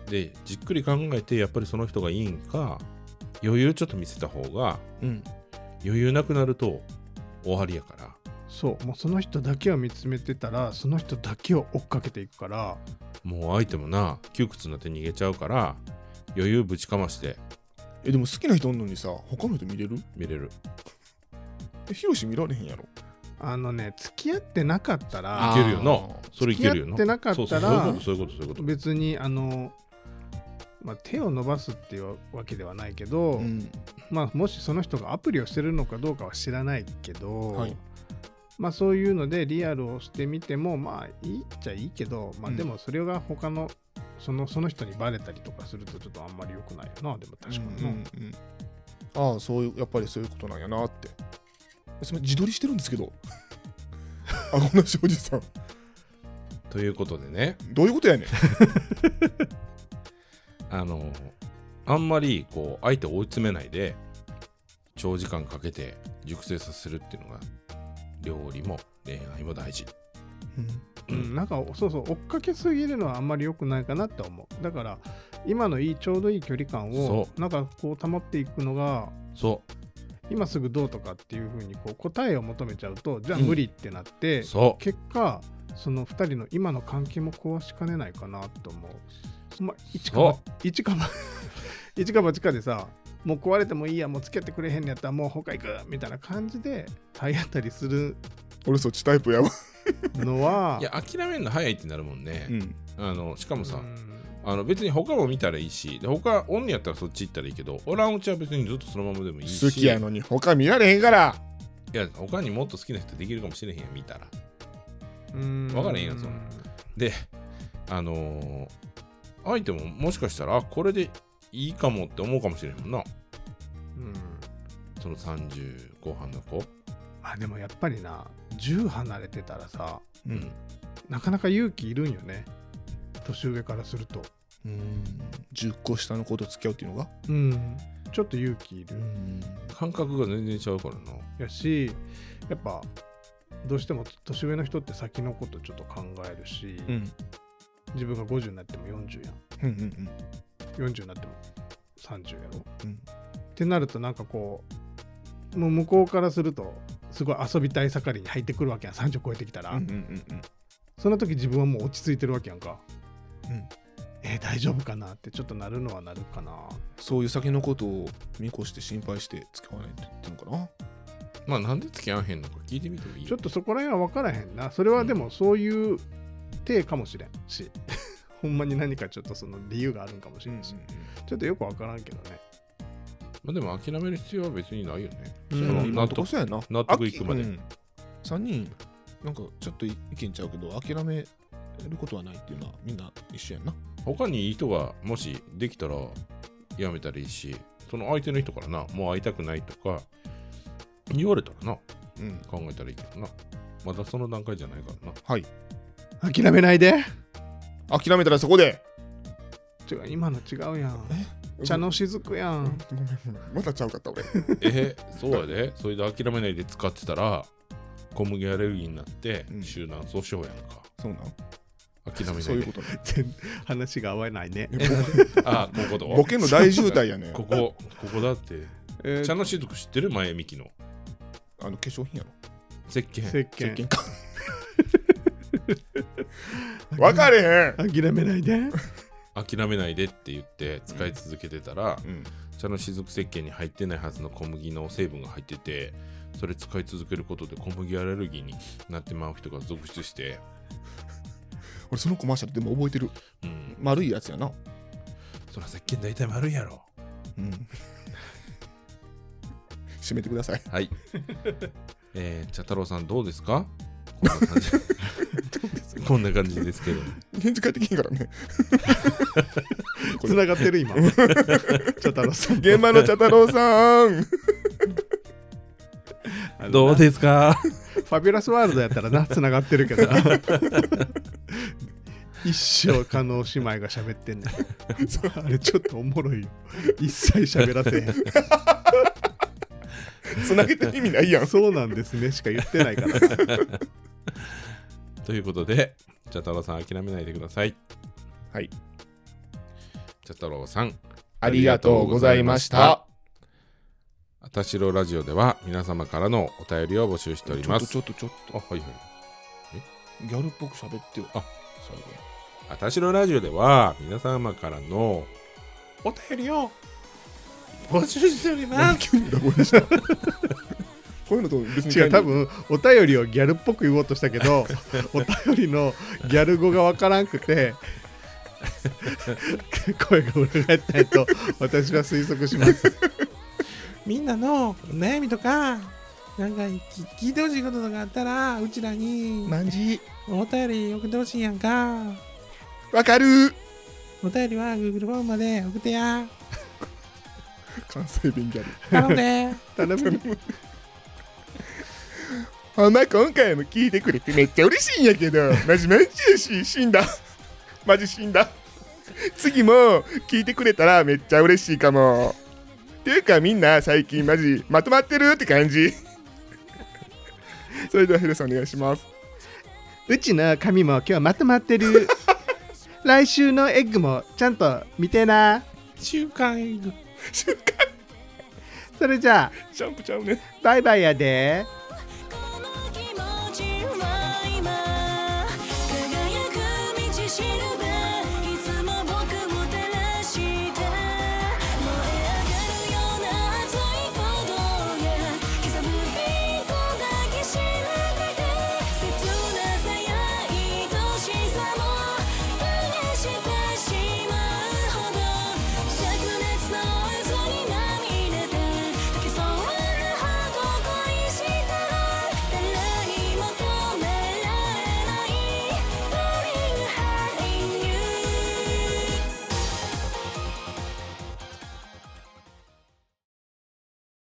Speaker 1: でじっくり考えてやっぱりその人がいいんか余裕ちょっと見せた方が
Speaker 2: うん。
Speaker 1: 余裕なくなると終わりやから
Speaker 3: そうもうその人だけを見つめてたらその人だけを追っかけていくから
Speaker 1: もう相手もな窮屈になって逃げちゃうから余裕ぶちかまして
Speaker 2: えでも好きな人おんのにさ他の人見れる
Speaker 1: 見れる
Speaker 2: えヒロシ見られへんやろ
Speaker 3: あのね付き合ってなかった
Speaker 1: い
Speaker 3: ら
Speaker 2: あ
Speaker 1: けるよなそれいけるよ
Speaker 3: 付き合
Speaker 1: な
Speaker 3: ってなかったら
Speaker 1: そうそうそういうことそういうことそういうこ
Speaker 3: 別にあの、まあ、手を伸ばすっていうわけではないけど、
Speaker 2: うん
Speaker 3: まあ、もしその人がアプリをしてるのかどうかは知らないけど、
Speaker 2: はい
Speaker 3: まあ、そういうのでリアルをしてみてもまあいいっちゃいいけど、まあ、
Speaker 2: うん
Speaker 3: でもそれが他のそのその人にバレたりとかするとちょっとあんまり良くないよなでも確かにな、
Speaker 2: うんうんうんああそういうやっぱりそういうことなんやなってそれ自撮りしてるんですけどあこのしおじさん
Speaker 1: とということでね
Speaker 2: どういうことやねん
Speaker 1: あのあんまりこう相手を追い詰めないで長時間かけて熟成させるっていうのが料理も恋愛も大事
Speaker 3: うんなんかそうそう追っかけすぎるのはあんまり良くないかなって思うだから今のいいちょうどいい距離感を
Speaker 1: そ
Speaker 3: なんかこう保っていくのが
Speaker 1: そ
Speaker 3: 今すぐどうとかっていうふうにこう答えを求めちゃうとじゃあ
Speaker 1: うん
Speaker 3: 無理ってなって、
Speaker 1: うそう
Speaker 3: 結果その2人の今の関係も壊しかねないかなと思う。まあ、一かば
Speaker 1: そ
Speaker 3: 一かば *laughs* 一か八かでさもう壊れてもいいやもう付き合ってくれへんのやったらもう他行くみたいな感じで体当たりする
Speaker 2: 俺そっちタイプやわ、
Speaker 3: のは
Speaker 1: *laughs* いや諦めるの早いってなるもんね、
Speaker 2: ん、
Speaker 1: あのしかもさ、
Speaker 3: うん
Speaker 1: あの別に他も見たらいいしで他オンにやったらそっち行ったらいいけどオランウちは別にずっとそのままでもいいし
Speaker 2: 好きやのに他見られへんから
Speaker 1: いや他にもっと好きな人できるかもしれへんやん見たら
Speaker 3: うん
Speaker 1: わからへんやんそんなであのー相手ももしかしたらあこれでいいかもって思うかもしれへんもんな
Speaker 3: うん
Speaker 1: その30後半の子
Speaker 3: まあでもやっぱりな10離れてたらさ
Speaker 2: う
Speaker 3: なかなか勇気いるんよね年上からすると
Speaker 2: うん10個下の子と付き合うっていうのが
Speaker 3: うんちょっと勇気いる、
Speaker 1: 感覚が全然違うからな
Speaker 3: やしやっぱどうしても年上の人って先のことちょっと考えるし、
Speaker 2: うん
Speaker 3: 自分が50になっても40やん
Speaker 2: うんうん
Speaker 3: 40になっても30やろっ
Speaker 2: うん
Speaker 3: てなるとなんかこうもう向こうからするとすごい遊びたい盛りに入ってくるわけやん30超えてきたら、
Speaker 2: うんうんうんうん
Speaker 3: その時自分はもう落ち着いてるわけやんか、
Speaker 2: うん
Speaker 3: えー大丈夫かなってちょっとなるのはなるかな
Speaker 2: そういう先のことを見越して心配して付き合わないって言ってるのか
Speaker 1: まあなんで付き合わへんのか聞いてみてもいい
Speaker 3: ちょっとそこら辺は分からへんなそれはでもそういう体かもしれんし *laughs* ほんまに何かちょっとその理由があるんかもしれんし、ちょっとよくわからんけどね。
Speaker 1: まあ、でも諦める必要は別にないよね、
Speaker 3: うん
Speaker 1: そ
Speaker 2: な、
Speaker 1: の
Speaker 2: うん、
Speaker 1: 納
Speaker 2: 納得
Speaker 1: 得
Speaker 2: そうやな
Speaker 1: 納得いくまで
Speaker 2: 3人なんかちょっと意見ちゃうけど諦めることはないっていうのはみんな一緒やんな
Speaker 1: 他にいい人がもしできたらやめたらいいしその相手の人からなもう会いたくないとか言われたらな
Speaker 2: うん
Speaker 1: 考えたらいいけどなまだその段階じゃないからな
Speaker 2: はい
Speaker 3: 諦めないで
Speaker 2: 諦めたらそこで
Speaker 3: 違う、今の違うやん。茶の雫やん。
Speaker 2: ごめんごめんまたちゃうかった *laughs* 俺
Speaker 1: えそうやでそれで諦めないで使ってたら小麦アレルギーになって
Speaker 2: うん
Speaker 1: 集団訴訟やんか、
Speaker 2: そうな
Speaker 1: 諦め
Speaker 2: ん
Speaker 1: な
Speaker 2: そう
Speaker 1: い
Speaker 2: いう
Speaker 1: で
Speaker 2: ことね
Speaker 3: 全話が合わないね。
Speaker 1: *laughs* あここだわ
Speaker 2: ボケの大渋滞やね
Speaker 1: ここここだって
Speaker 3: え
Speaker 1: 茶の雫知ってる前みきの
Speaker 2: あの化粧品やろ
Speaker 1: 石鹸
Speaker 3: 石
Speaker 2: 石
Speaker 3: 鹸
Speaker 2: 鹸か分かれへん
Speaker 3: 諦めないで。
Speaker 1: 諦めないでって言って使い続けてたら、
Speaker 2: うん
Speaker 1: 茶の雫石鹸に入ってないはずの小麦の成分が入っててそれ使い続けることで小麦アレルギーになってまう人が続出して、
Speaker 2: 俺そのコマーシャルでも覚えてる
Speaker 1: うん、
Speaker 2: 丸いやつやな
Speaker 1: そら石鹸大体丸いやろ
Speaker 2: うん締めてください
Speaker 1: はい *laughs* えー、茶太郎さんどうですかこんな感じこんな感じですけど
Speaker 2: 返事返ってきへんからねこ
Speaker 3: つな
Speaker 2: れ
Speaker 3: がってる今。茶太郎さん。
Speaker 2: 現場の茶太郎さん
Speaker 1: どうですか *laughs*
Speaker 3: ファビュラスワールドやったらな、つながってるけど。一生可能姉妹が喋ってんねん。あれちょっとおもろいよ。一切喋らせへ
Speaker 2: つなげてる意味ないや
Speaker 3: *laughs*
Speaker 2: ん
Speaker 3: ん。そうなんですねしか言って
Speaker 2: *laughs*
Speaker 3: ないからな。
Speaker 1: ということで茶太郎さん諦めないでください
Speaker 2: はい
Speaker 1: 茶太郎さん
Speaker 2: ありがとうございました
Speaker 1: あたしろラジオでは皆様からのお便りを募集しております。
Speaker 2: ちょっとちょっと
Speaker 1: あ、はいはい。
Speaker 2: ちょっとギャルっぽく喋ってよ
Speaker 1: ああたしろラジオでは皆様からのお便りを募集しておりま
Speaker 2: 何
Speaker 1: す。
Speaker 2: 急にダボにしたこういうのと別に
Speaker 3: 違う多分お便りをギャルっぽく言おうとしたけ
Speaker 2: *laughs*
Speaker 3: どお便りのギャル語がわからんく
Speaker 2: *laughs*
Speaker 3: て声が裏返ったやと私は推測し
Speaker 2: *laughs*
Speaker 3: ます
Speaker 1: みんなの悩みとか、なんか聞いてほしいこととかあったら、うちらに
Speaker 2: 何時
Speaker 1: お便り送ってほしいやんか。
Speaker 2: わかる
Speaker 1: お便りは Google フォームまで送って
Speaker 2: *laughs*
Speaker 1: や。
Speaker 2: 関西弁ギャル
Speaker 1: 頼んで。
Speaker 3: 頼む
Speaker 2: あんま今回も聞いてくれてめっちゃ嬉しいんやけどマジマジやし死んだ *laughs* マジ死んだ次も聞いてくれたらめっちゃ嬉しいかもっていうかみんな最近マジまとまってるって感じ *laughs* それではヘルさんお願いします
Speaker 3: うちの髪も今日はまとまって
Speaker 2: *laughs*
Speaker 3: る来週のエッグもちゃんと見てな
Speaker 1: 週刊エッグ。
Speaker 2: 瞬間
Speaker 3: それじゃあ
Speaker 2: ジャンプちゃうね
Speaker 3: バイバイやで